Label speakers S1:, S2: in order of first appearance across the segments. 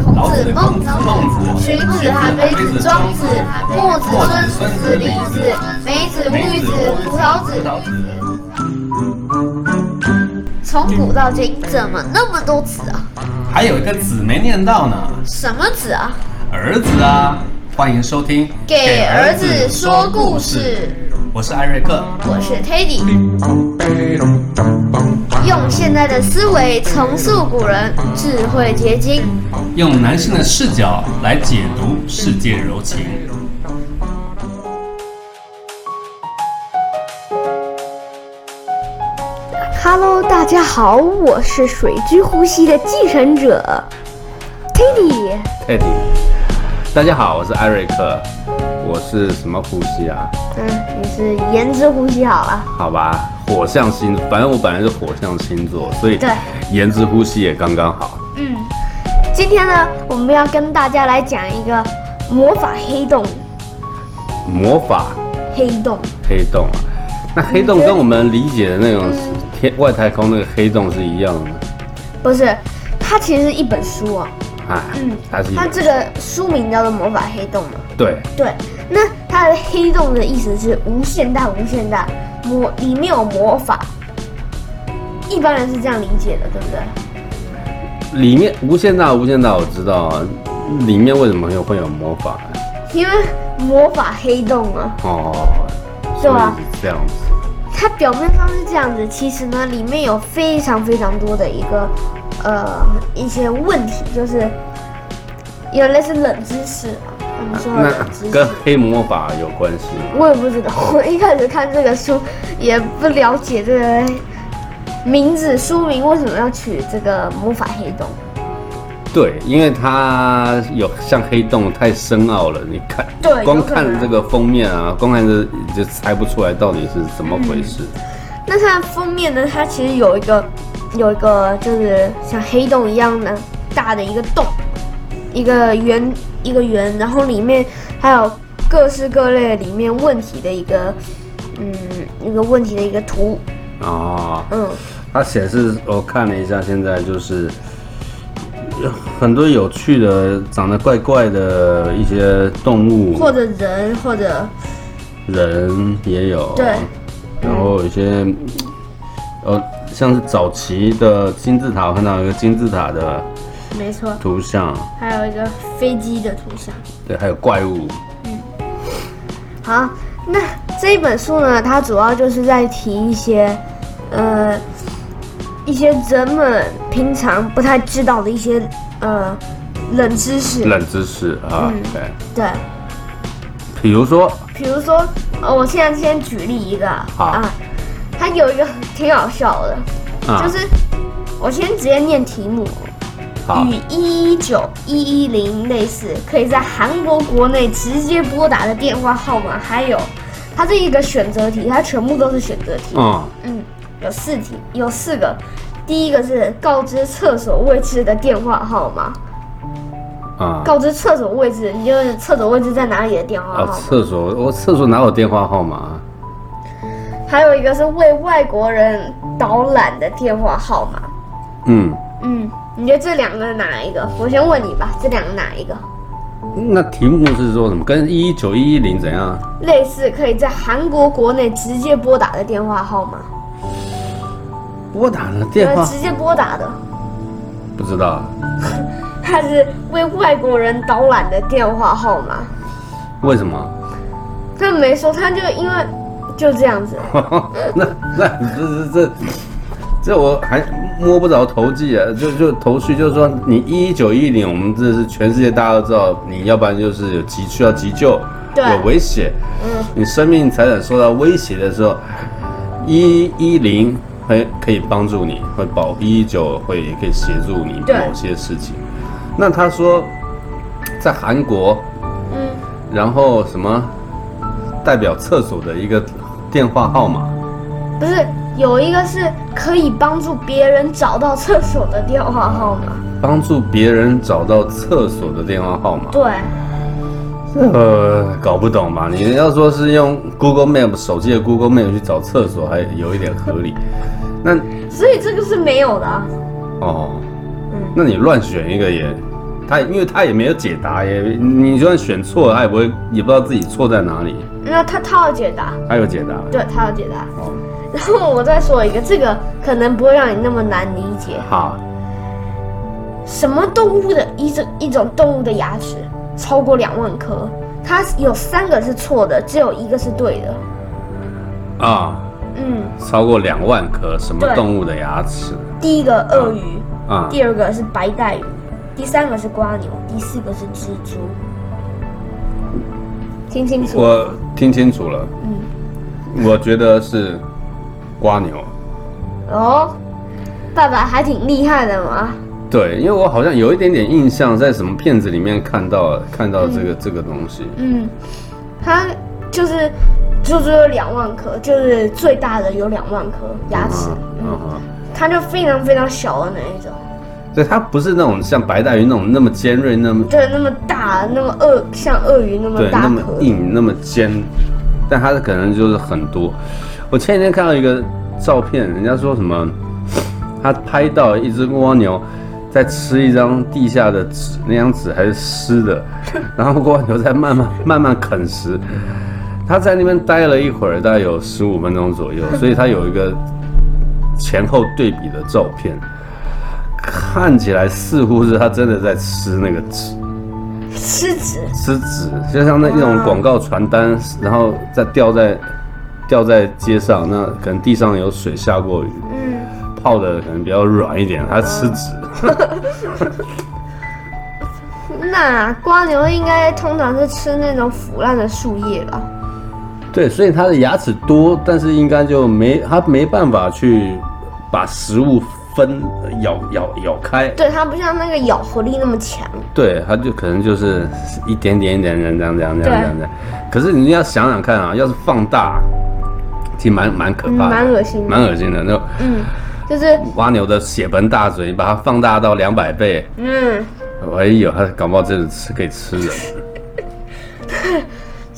S1: 孟子、荀子、韩非子、庄子、墨子、孙子、李子、梅子、木子、葡萄子。从古到今，怎么那么多子啊？
S2: 还有一个子没念到呢，
S1: 什么子啊？
S2: 儿子啊！欢迎收听《
S1: 给儿子说故事》，
S2: 我是艾瑞克。
S1: 我是 Teddy。用现在的思维重塑古人智慧结晶。
S2: 用男性的视角来解读世界柔情。
S3: Hello，大家好，我是水之呼吸的继承者 Teddy。
S4: Teddy。大家好，我是艾瑞克，我是什么呼吸啊？
S3: 嗯，你是颜之呼吸好了。
S4: 好吧，火象星，反正我本来是火象星座，所以
S3: 对
S4: 颜值呼吸也刚刚好。
S3: 嗯，今天呢，我们要跟大家来讲一个魔法黑洞。
S4: 魔法
S3: 黑洞，
S4: 黑洞啊，那黑洞
S3: 嗯
S4: 跟我们理解的那种天外太空那个黑洞是一样的吗。
S3: 不是，它其实是一本书啊。
S4: 啊，
S3: 嗯
S4: 它是一
S3: 它这个书名叫做《魔法黑洞》嘛。
S4: 对
S3: 对，那它的黑洞的意思是无限大，无限大，魔里面有魔法。一般人是这样理解的，对不对？
S4: 里面无限大无限大，我知道啊，里面为什么会有会有魔法呢？
S3: 因为魔法黑洞啊，
S4: 哦，
S3: 对啊
S4: 所以是这样子。
S3: 它表面上是这样子，其实呢，里面有非常非常多的一个呃一些问题，就是有类似冷知识啊，我们说的冷知
S4: 那
S3: 识
S4: 跟。黑魔法有关系吗？
S3: 我也不知道， 我一开始看这个书也不了解这个名字书名为什么要取这个魔法黑洞。
S4: 对，因为它有像黑洞太深奥了，你看，
S3: 对有
S4: 光
S3: 可能啊
S4: 看这个封面啊，光看这你就猜不出来到底是怎么回事。
S3: 那它的封面呢，它其实有一个有一个就是像黑洞一样的大的一个洞，一个圆一个圆，然后里面还有各式各类里面问题的一个嗯一个问题的一个图，
S4: 哦，
S3: 嗯，
S4: 它显示我看了一下，现在就是有很多有趣的、长得怪怪的一些动物，
S3: 或者人或者
S4: 人也有，
S3: 对，
S4: 然后有些，呃，像是早期的金字塔，我看到有一个金字塔的
S3: 没错，
S4: 图像，
S3: 还有一个飞机的图像。
S4: 对，还有怪物，
S3: 好，那这一本书呢，它主要就是在提一些，呃，一些人们平常不太知道的一些呃冷知识。
S4: 冷知识啊，
S3: 嗯
S4: 对，
S3: 对，
S4: 比如说
S3: 比如说，呃，我现在先举例一个啊，
S4: 好
S3: 啊它有一个挺好笑的，
S4: 啊，
S3: 就是我先直接念题目，
S4: 好
S3: 与一一九一一零类似，可以在韩国国内直接拨打的电话号码，还有它这一个选择题，它全部都是选择题。
S4: 嗯，
S3: 嗯，有四题，有四个。第一个是告知厕所位置的电话号码，
S4: 啊，
S3: 告知厕所位置，你就是厕所位置在哪里的电话号
S4: 啊，
S3: 码。
S4: 厕所，我厕所哪有电话号码啊？
S3: 还有一个是为外国人导览的电话号码。
S4: 嗯，
S3: 嗯，你觉得这两个哪一个？我先问你吧，这两个哪一个？
S4: 那题目是说什么？跟一一九一一零怎样？
S3: 类似可以在韩国国内直接拨打的电话号码，
S4: 拨打了电
S3: 呃
S4: 话，
S3: 直接拨打的，
S4: 不知道，
S3: 它是为外国人导览的电话号码。
S4: 为什么？
S3: 这没说，他就因为就这样子。
S4: 那那这这这这我还摸不着头绪啊，就就头绪就是说，你一一九一零，我们这是全世界大家都知道，你要不然就是有急需要急救，
S3: 对
S4: 有危险，
S3: 嗯，
S4: 你生命财产受到威胁的时候，一一零会可以帮助你，会保一一九会也可以协助你
S3: 对
S4: 某些事情。那他说，在韩国，
S3: 嗯，
S4: 然后什么代表厕所的一个电话号码。
S3: 不是，有一个是可以帮助别人找到厕所的电话号码。
S4: 帮助别人找到厕所的电话号码，
S3: 对，
S4: 呃，搞不懂吧？你要说是用 Google Map 手机的 Google Map 去找厕所，还有一点合理。那
S3: 所以这个是没有的啊。
S4: 哦，那你乱选一个也他因为他也没有解答耶，你就算选错了，他也不会，也不知道自己错在哪里。
S3: 那他他要解答，
S4: 他有解答，
S3: 对他要解答。
S4: 哦，
S3: 然后我再说一个，这个可能不会让你那么难理解。
S4: 好，
S3: 什么动物的一种一种动物的牙齿超过两万颗？它有三个是错的，只有一个是对的。
S4: 啊、
S3: 嗯，
S4: 超过两万颗什么
S3: 对
S4: 动物的牙齿
S3: 第一个鳄鱼，
S4: 啊？
S3: 第二个是白带鱼，第三个是瓜牛，第四个是蜘蛛。听清楚，
S4: 我听清楚了，
S3: 嗯
S4: 我觉得是瓜牛。
S3: 哦，爸爸还挺厉害的嘛。
S4: 对，因为我好像有一点点印象，在什么片子里面看到看到这个、这个东西。
S3: 嗯，它就是就是有两万颗，就是最大的有两万颗牙齿，
S4: 嗯嗯
S3: 它就非常非常小的那一种，
S4: 嗯，所以它不是那种像白带鱼那种那么尖锐、那么
S3: 就是那么大，那么鳄像鳄鱼那么
S4: 对
S3: 大
S4: 那么
S3: 颗。
S4: 硬、那么尖，但它的可能就是很多。我前几天看到一个照片，人家说什么，他拍到一只蜗牛在吃一张地下的纸，那张纸还是湿的，然后蜗牛在慢慢慢慢啃食。它在那边待了一会儿，大概有十五分钟左右，所以它有一个前后对比的照片，看起来似乎是它真的在吃那个纸。
S3: 狮子，
S4: 吃纸，就像那那种广告传单，然后再掉在掉在街上，那可能地上有水下过雨，
S3: 嗯，
S4: 泡的可能比较软一点，它吃纸。
S3: 那瓜牛应该通常是吃那种腐烂的树叶了。
S4: 对，所以它的牙齿多，但是应该就没它没办法去把食物分咬咬咬开，
S3: 对，它不像那个咬合力那么强。
S4: 对，它就可能就是一点点一点点这样这样这样这样这样。可是你要想想看啊，要是放大，其实蛮蛮可怕
S3: 嗯
S4: 的，
S3: 蛮恶心的
S4: 蛮恶心的那种。
S3: 嗯，就是
S4: 蜗牛的血盆大嘴，你把它放大到两百倍，
S3: 嗯，
S4: 哎呦，它搞不好真的吃可以吃人。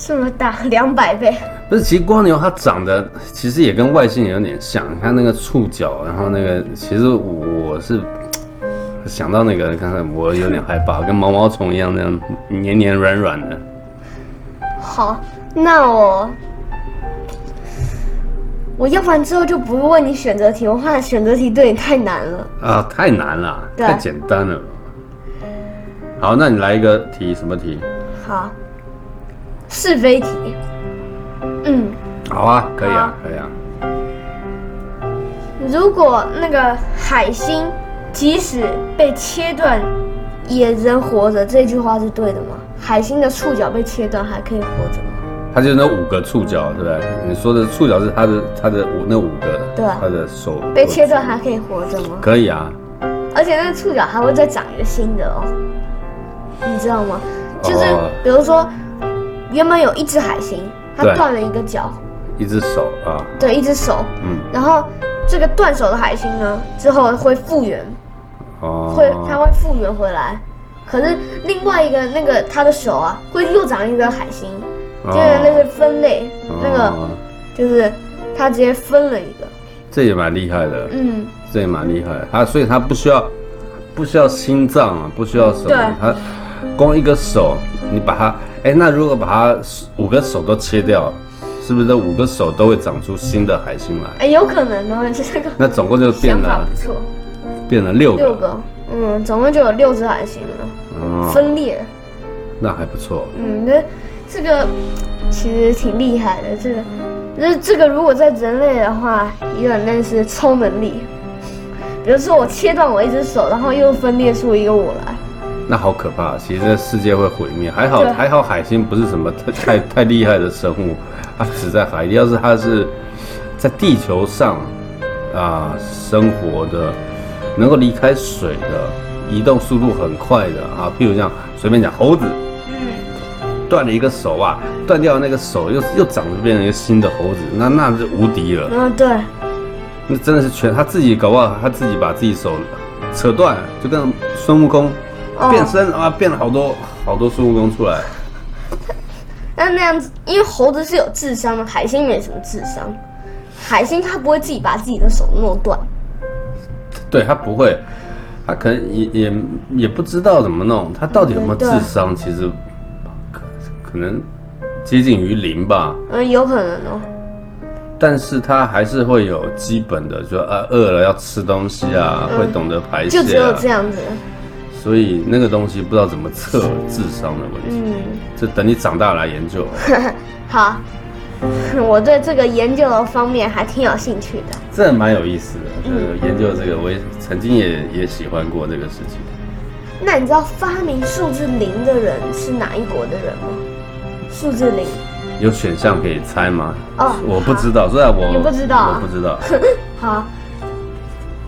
S3: 这么大，两百倍。
S4: 不是，其实蜗牛它长得其实也跟外星人有点像，你看那个触角，然后那个，其实我是想到那个，刚才我有点害怕，跟毛毛虫一样那样黏黏软软的。
S3: 好，那我我要不然之后就不会问你选择题，我怕选择题对你太难了。
S4: 啊，太难了，
S3: 对
S4: 太简单了。好，那你来一个题，什么题？
S3: 好，是非题。嗯，
S4: 好啊，可以啊
S3: 好，
S4: 可以啊。
S3: 如果那个海星即使被切断，也仍活着，这句话是对的吗？海星的触角被切断还可以活着吗？
S4: 它就那五个触角，对不对？你说的触角是它的它的五那五个，
S3: 对
S4: 它的手
S3: 被切断还可以活着吗？
S4: 可以啊，
S3: 而且那个触角还会再长一个新的哦，你知道吗？就是
S4: 哦
S3: 比如说，原本有一只海星，它
S4: 对
S3: 断了一个脚，
S4: 一只手啊，
S3: 对，一只手，
S4: 嗯，
S3: 然后这个断手的海星呢，之后会复原，
S4: 哦，
S3: 会它会复原回来。可是另外一个那个它的手啊，会又长一个海星，就是那个分类，那
S4: 哦
S3: 个就是它直接分了一个，
S4: 这也蛮厉害的，
S3: 嗯，
S4: 这也蛮厉害的。它所以它不需要不需要心脏啊，不需要什
S3: 对
S4: 么，它光一个手，你把它，哎，那如果把它五个手都切掉，是不是这五个手都会长出新的海星来？
S3: 哎，有可能哦，这个
S4: 那总共就变
S3: 想法
S4: 了
S3: 不错，
S4: 变了六个，
S3: 六个，嗯，总共就有六只海星了。
S4: 哦，
S3: 分裂。
S4: 那还不错。
S3: 嗯，那这个其实挺厉害的。这个，那这个如果在人类的话，也有点类似超能力。比如说我切断我一只手，然后又分裂出一个我来。
S4: 那好可怕！其实这世界会毁灭。还好
S3: 对
S4: 还好，海星不是什么 太太太厉害的生物，它只在海里。要是它是在地球上啊、生活的，能够离开水的，移动速度很快的啊，譬如像随便讲猴子，断了一个手啊，断掉那个手又又长得变成一个新的猴子，那那是无敌了。
S3: 嗯，对，
S4: 那真的是全他自己搞不好，他自己把自己手扯断，就跟孙悟空
S3: 哦
S4: 变身、啊，变了好多好多孙悟空出来。
S3: 那那样子，因为猴子是有智商的，海星没什么智商。海星它不会自己把自己的手弄断，
S4: 对他不会，他可能也也也不知道怎么弄，他到底有没有
S3: 嗯对
S4: 智商，其实可可能接近于零吧。
S3: 嗯，有可能哦。
S4: 但是他还是会有基本的，就啊饿了要吃东西啊，
S3: 嗯
S4: 会懂得排
S3: 就只
S4: 泄
S3: 有
S4: 啊
S3: 这，样子。
S4: 所以那个东西不知道怎么测智商的问题，
S3: 嗯，
S4: 这等你长大来研究。
S3: 好， 我对这个研究的方面还挺有兴趣的。
S4: 这蛮有意思的，
S3: 嗯
S4: 就是研究这个，我也曾经也也喜欢过这个事情。
S3: 那你知道发明数字零的人是哪一国的人吗？数字零，
S4: 有选项可以猜吗？
S3: 哦
S4: 我不知道，虽然我
S3: 你不知道啊
S4: 我不知道。
S3: 好，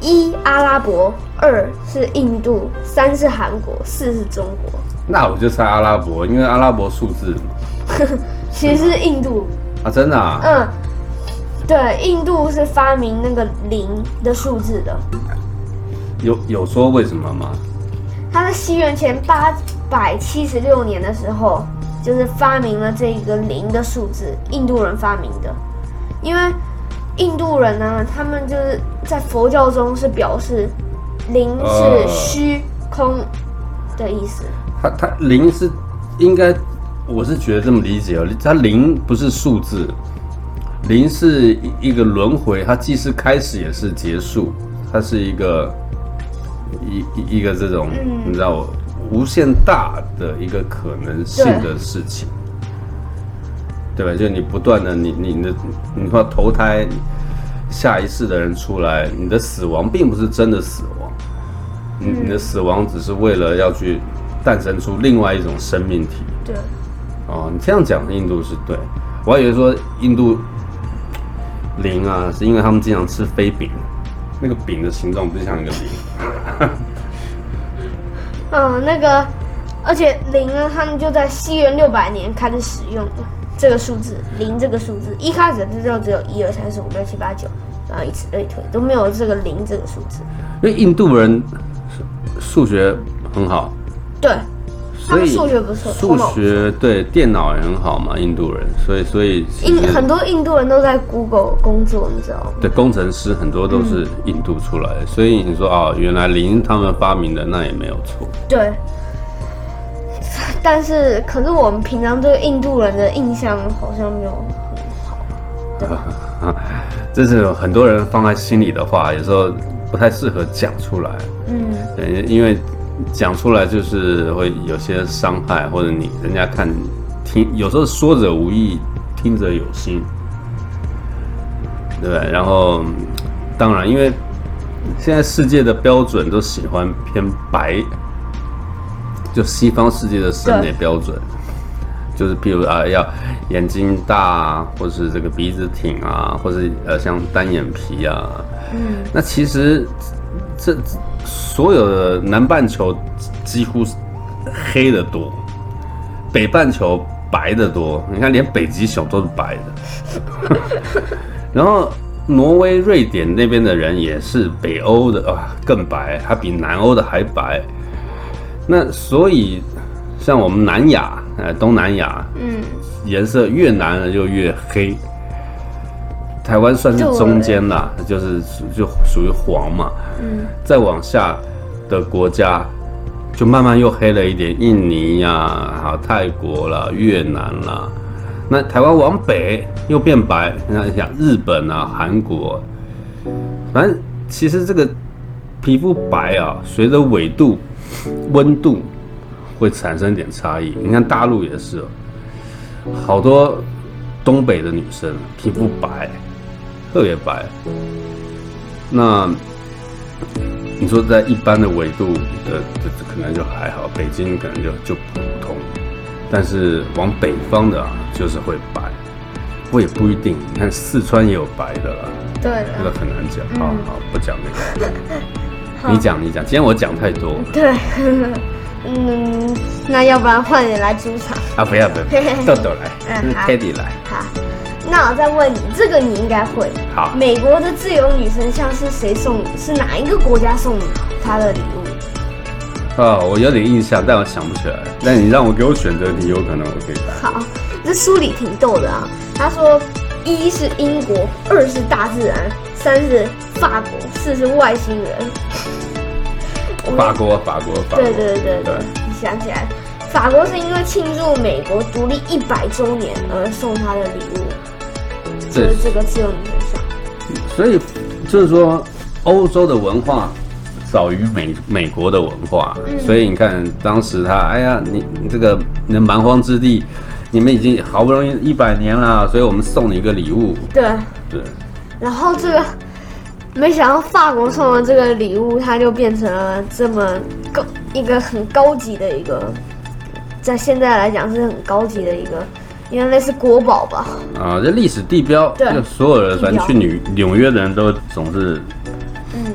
S3: 一阿拉伯，二是印度，三是韩国，四是中国。
S4: 那我就猜阿拉伯，因为阿拉伯数字
S3: 其实是印度，
S4: 啊，真的啊，
S3: 嗯，对，印度是发明那个零的数字的。
S4: 有有说为什么吗？
S3: 他在西元前八百七十六年的时候，就是发明了这个零的数字，印度人发明的。因为印度人呢，他们就是在佛教中是表示零是虚空的意思。
S4: 它它零是应该，我是觉得这么理解哦，它零不是数字，零是一个轮回，它既是开始也是结束，它是一个一一一个这种、你知道无限大的一个可能性的事情。对吧？就你不断的，你你的，你说投胎下一世的人出来，你的死亡并不是真的死亡，你你的死亡只是为了要去诞生出另外一种生命体。
S3: 对，
S4: 哦，你这样讲印度是对，我还以为说印度零啊，是因为他们经常吃飞饼，那个饼的形状不是像一个零。
S3: 嗯，那个，而且零呢，他们就在西元六百年开始使用了这个数字，零这个数字，一开始就只有一二三四五六七八九，然后以此类推，都没有这个零这个数字。
S4: 因为印度人数数学很好，
S3: 对，他
S4: 所
S3: 们
S4: 以
S3: 数学不错，头
S4: 数
S3: 脑不错
S4: 学对电脑也很好嘛，印度人，所以所以其
S3: 印
S4: 实
S3: 很多印度人都在 Google 工作，你知道吗？
S4: 对工程师很多都是印度出来的，所以你说啊、原来零他们发明的那也没有错。
S3: 对。但是，可是我们平常对印度人的印象好像没有很好。
S4: 这是很多人放在心里的话，有时候不太适合讲出来。
S3: 嗯，
S4: 对，因为讲出来就是会有些伤害，或者你人家看听，有时候说者无意，听者有心，对不对？然后嗯当然，因为现在世界的标准都喜欢偏白，就西方世界的审
S3: 对
S4: 美标准。就是譬如啊，要眼睛大啊，或是这个鼻子挺啊，或是呃像单眼皮啊，
S3: 嗯，
S4: 那其实这这所有的南半球几乎是黑的多，北半球白的多。你看，连北极熊都是白的。然后挪威、瑞典那边的人也是北欧的啊，更白，它比南欧的还白。那所以，像我们南亚，呃，东南亚，
S3: 嗯，
S4: 颜色越蓝了就越黑。台湾算是中间啦，就是属就属于黄嘛。
S3: 嗯，
S4: 再往下的国家就慢慢又黑了一点，印尼呀、好泰国啦、越南啦。那台湾往北又变白，你看想日本啊、韩国，反正其实这个皮肤白啊，随着纬度、温度会产生点差异。你看大陆也是、哦，好多东北的女生皮肤白，特别白。那你说在一般的纬度的，这这可能就还好，北京可能就就普通，但是往北方的、啊、就是会白。我也不一定，你看四川也有白的啦，
S3: 对的
S4: 这个很难讲。好
S3: 嗯
S4: 好，不讲那个。你讲，你讲，今天我讲太多
S3: 对， 嗯，那要不然换你来主场。
S4: 啊！不要不要，豆豆来，
S3: 嗯好
S4: t e d d y 来，
S3: 好，那我再问你，这个你应该会。
S4: 好
S3: 美国的自由女神像是谁送？是哪一个国家送她的礼物？
S4: 啊，我有点印象，但我想不起来。那你让我给我选择题，有可能我可以答。
S3: 好，这书里挺逗的啊。他说，一是英国，二是大自然，三是法国，四是外星人。我们
S4: 法国，法国，法国。
S3: 对对对对
S4: 对，
S3: 你想起来，法国是因为庆祝美国独立一百周年而送他的礼物，就
S4: 这
S3: 是这个自由女神像。
S4: 所以就是说，欧洲的文化早于美美国的文化，
S3: 嗯
S4: 所以你看当时他，哎呀，你你这个你的蛮荒之地，你们已经好不容易一百年了，所以我们送你一个礼物，
S3: 对，
S4: 对，
S3: 然后这个没想到法国送了这个礼物，它就变成了这么高一个很高级的一个，在现在来讲是很高级的一个，因为类似国宝吧。
S4: 啊、这历史地标，
S3: 对
S4: 就所有人反正去纽纽约的人都总是
S3: 嗯，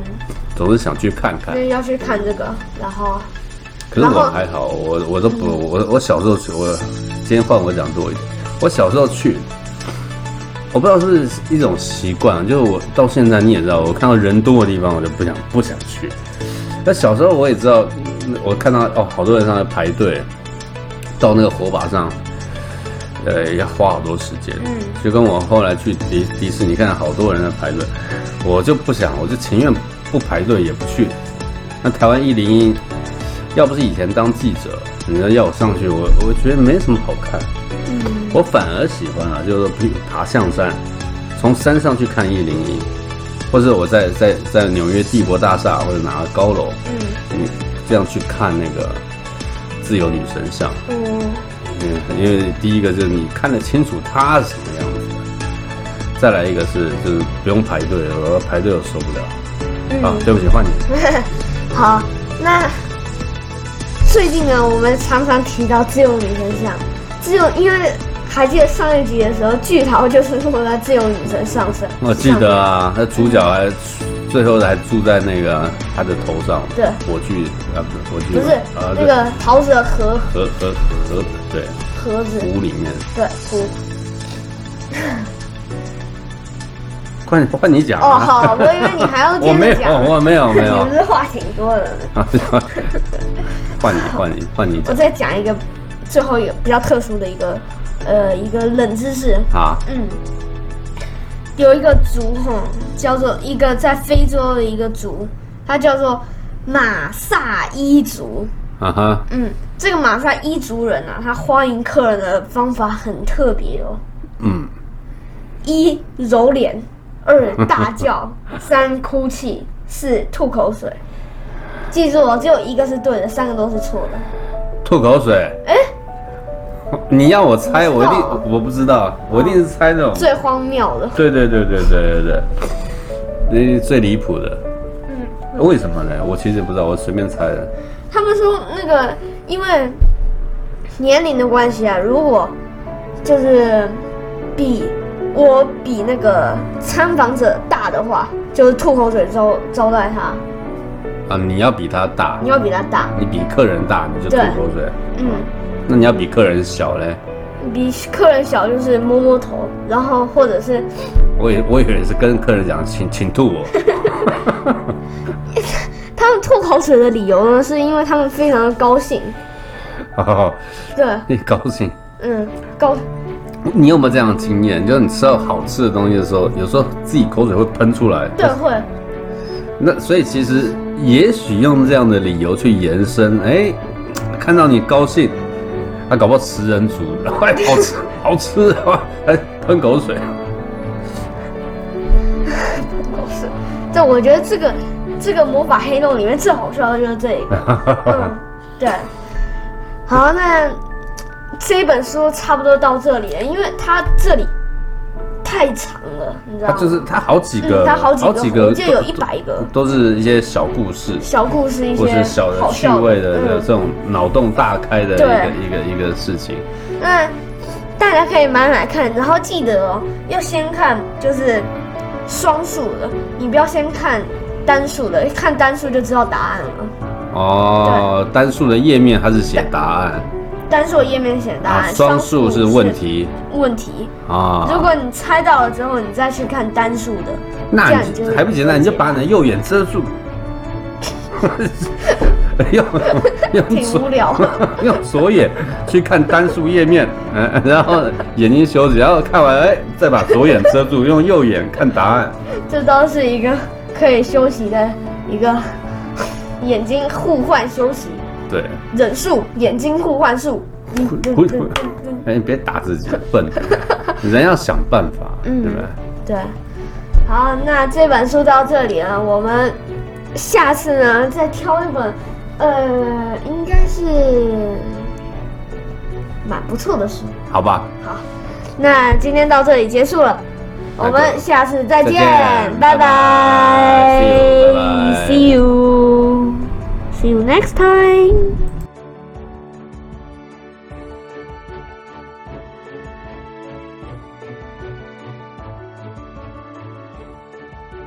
S4: 总是想去看看
S3: 所。以要去看这个，然后
S4: 可是
S3: 然后
S4: 我还好，我我都不我我小时候去，我今天换我讲多一点。我小时候去，我不知道是一种习惯，就是我到现在你也知道，我看到人多的地方我就不想不想去。那小时候我也知道，我看到哦，好多人上来排队，到那个火把上，呃，要花好多时间。
S3: 嗯
S4: 就跟我后来去迪迪士尼看到好多人在排队，我就不想，我就情愿不排队也不去。那台湾一零一，要不是以前当记者，你说要我上去，我我觉得没什么好看。
S3: 嗯
S4: 我反而喜欢啊，就是比爬象山，从山上去看一零一，或者我在在在纽约帝国大厦或者哪个高楼，
S3: 嗯
S4: 嗯，这样去看那个自由女神像。
S3: 嗯
S4: 嗯，因为第一个就是你看得清楚它是什么样子的，再来一个是就是不用排队，我排队我受不了。啊，
S3: 嗯，
S4: 对不起，换你。
S3: 好，那最近呢，我们常常提到自由女神像，自由因为。还记得上一集的时候，巨桃就是说她自由女神上身，
S4: 我记得啊，那主角还最后还住在那个他的头上，
S3: 对
S4: 火炬啊，不是火炬，
S3: 不是、
S4: 啊，
S3: 那个桃子的盒
S4: 河河河对
S3: 盒子，
S4: 湖里面，
S3: 对，壶。
S4: 快点换你讲
S3: 哦，
S4: 啊！
S3: 好，我以为你还要
S4: 我
S3: 接
S4: 没
S3: 着
S4: 有，
S3: 讲，
S4: 我没有，没
S3: 你
S4: 有
S3: 不是话挺多的。
S4: 啊！换你，换你，换你
S3: 我
S4: 讲
S3: 再讲一个最后一个比较特殊的一个，呃，一个冷知识。
S4: 啊！
S3: 嗯，有一个族吼，叫做一个在非洲的一个族，它叫做马萨伊族。
S4: 啊哈，
S3: 嗯，这个马萨伊族人啊，他欢迎客人的方法很特别哦。
S4: 嗯，
S3: 一揉脸，二大叫，三哭泣，四吐口水。记住哦，只有一个是对的，三个都是错的。
S4: 吐口水。哎，你要我猜，
S3: 你
S4: 我
S3: 知
S4: 一
S3: 道
S4: 定我不知道，我一定是猜那种。
S3: 最荒谬的，
S4: 对对对对对对对，那是最离谱的。
S3: 嗯
S4: 为什么呢？我其实不知道，我随便猜的。
S3: 他们说那个因为年龄的关系啊，如果就是比我比那个参访者大的话，就是吐口水招招待他，
S4: 啊，你要比他大
S3: 你，要比他大，
S4: 你比客人大，你就吐
S3: 对
S4: 口水。
S3: 嗯。
S4: 那你要比客人小嘞？
S3: 比客人小就是摸摸头，然后或者是
S4: 我以我以为是跟客人讲，请请吐 我。
S3: 他们吐口水的理由呢，是因为他们非常的高兴。
S4: 哦，
S3: 对，
S4: 你高兴。
S3: 嗯，高，
S4: 你有没有这样的经验？就是你吃到好吃的东西的时候，有时候自己口水会喷出来。
S3: 对，会，
S4: 那所以其实也许用这样的理由去延伸，哎，看到你高兴，他、搞不好食人族，然后哎好吃好吃，然后还喷口水。
S3: 狗屎。对，我觉得这个这个魔法黑洞里面最好笑的就是这一个。嗯，对。好，那这一本书差不多到这里了，因为它这里太长了，你知道
S4: 他
S3: 吗？
S4: 就是他好几个，
S3: 嗯它好几个我记得有
S4: 都
S3: 100个
S4: 都是一些小故事，
S3: 小故事一
S4: 或
S3: 些
S4: 是小的
S3: 好
S4: 趣
S3: 笑
S4: 味的的
S3: 嗯
S4: 这种脑洞大开的一个
S3: 对
S4: 一个一个事情。
S3: 那大家可以买买看，然后记得哦，要先看就是双数的，你不要先看单数的，看单数就知道答案了。
S4: 哦，单数的页面它是写答案，
S3: 单数的页面写答
S4: 啊，
S3: 案，
S4: 双数是问。题
S3: 问题，
S4: 啊。
S3: 如果你猜到了之后，你再去看单数的，这
S4: 那
S3: 样
S4: 你
S3: 就
S4: 就还不简单，你就把你的右眼遮住， 用用
S3: 挺无
S4: 左
S3: 聊。
S4: 用左眼去看单数页面，嗯，然后眼睛休止，然后看完哎，再把左眼遮住，用右眼看答案。
S3: 这都是一个可以休息的一个眼睛互换休息，
S4: 对，
S3: 忍术，眼睛互换术。嗯
S4: 不不，哎，你别打自己，笨，人要想办法，
S3: 嗯
S4: 对不对？
S3: 对，好，那这本书到这里了，我们下次呢再挑一本，呃，应该是蛮不错的书。
S4: 好吧，
S3: 那今天到这里结束了，我
S4: 那
S3: 们
S4: 就
S3: 下次再见，
S4: 再见
S3: 拜
S4: 拜拜
S3: 拜
S4: See you，拜拜
S3: See you，See you next time。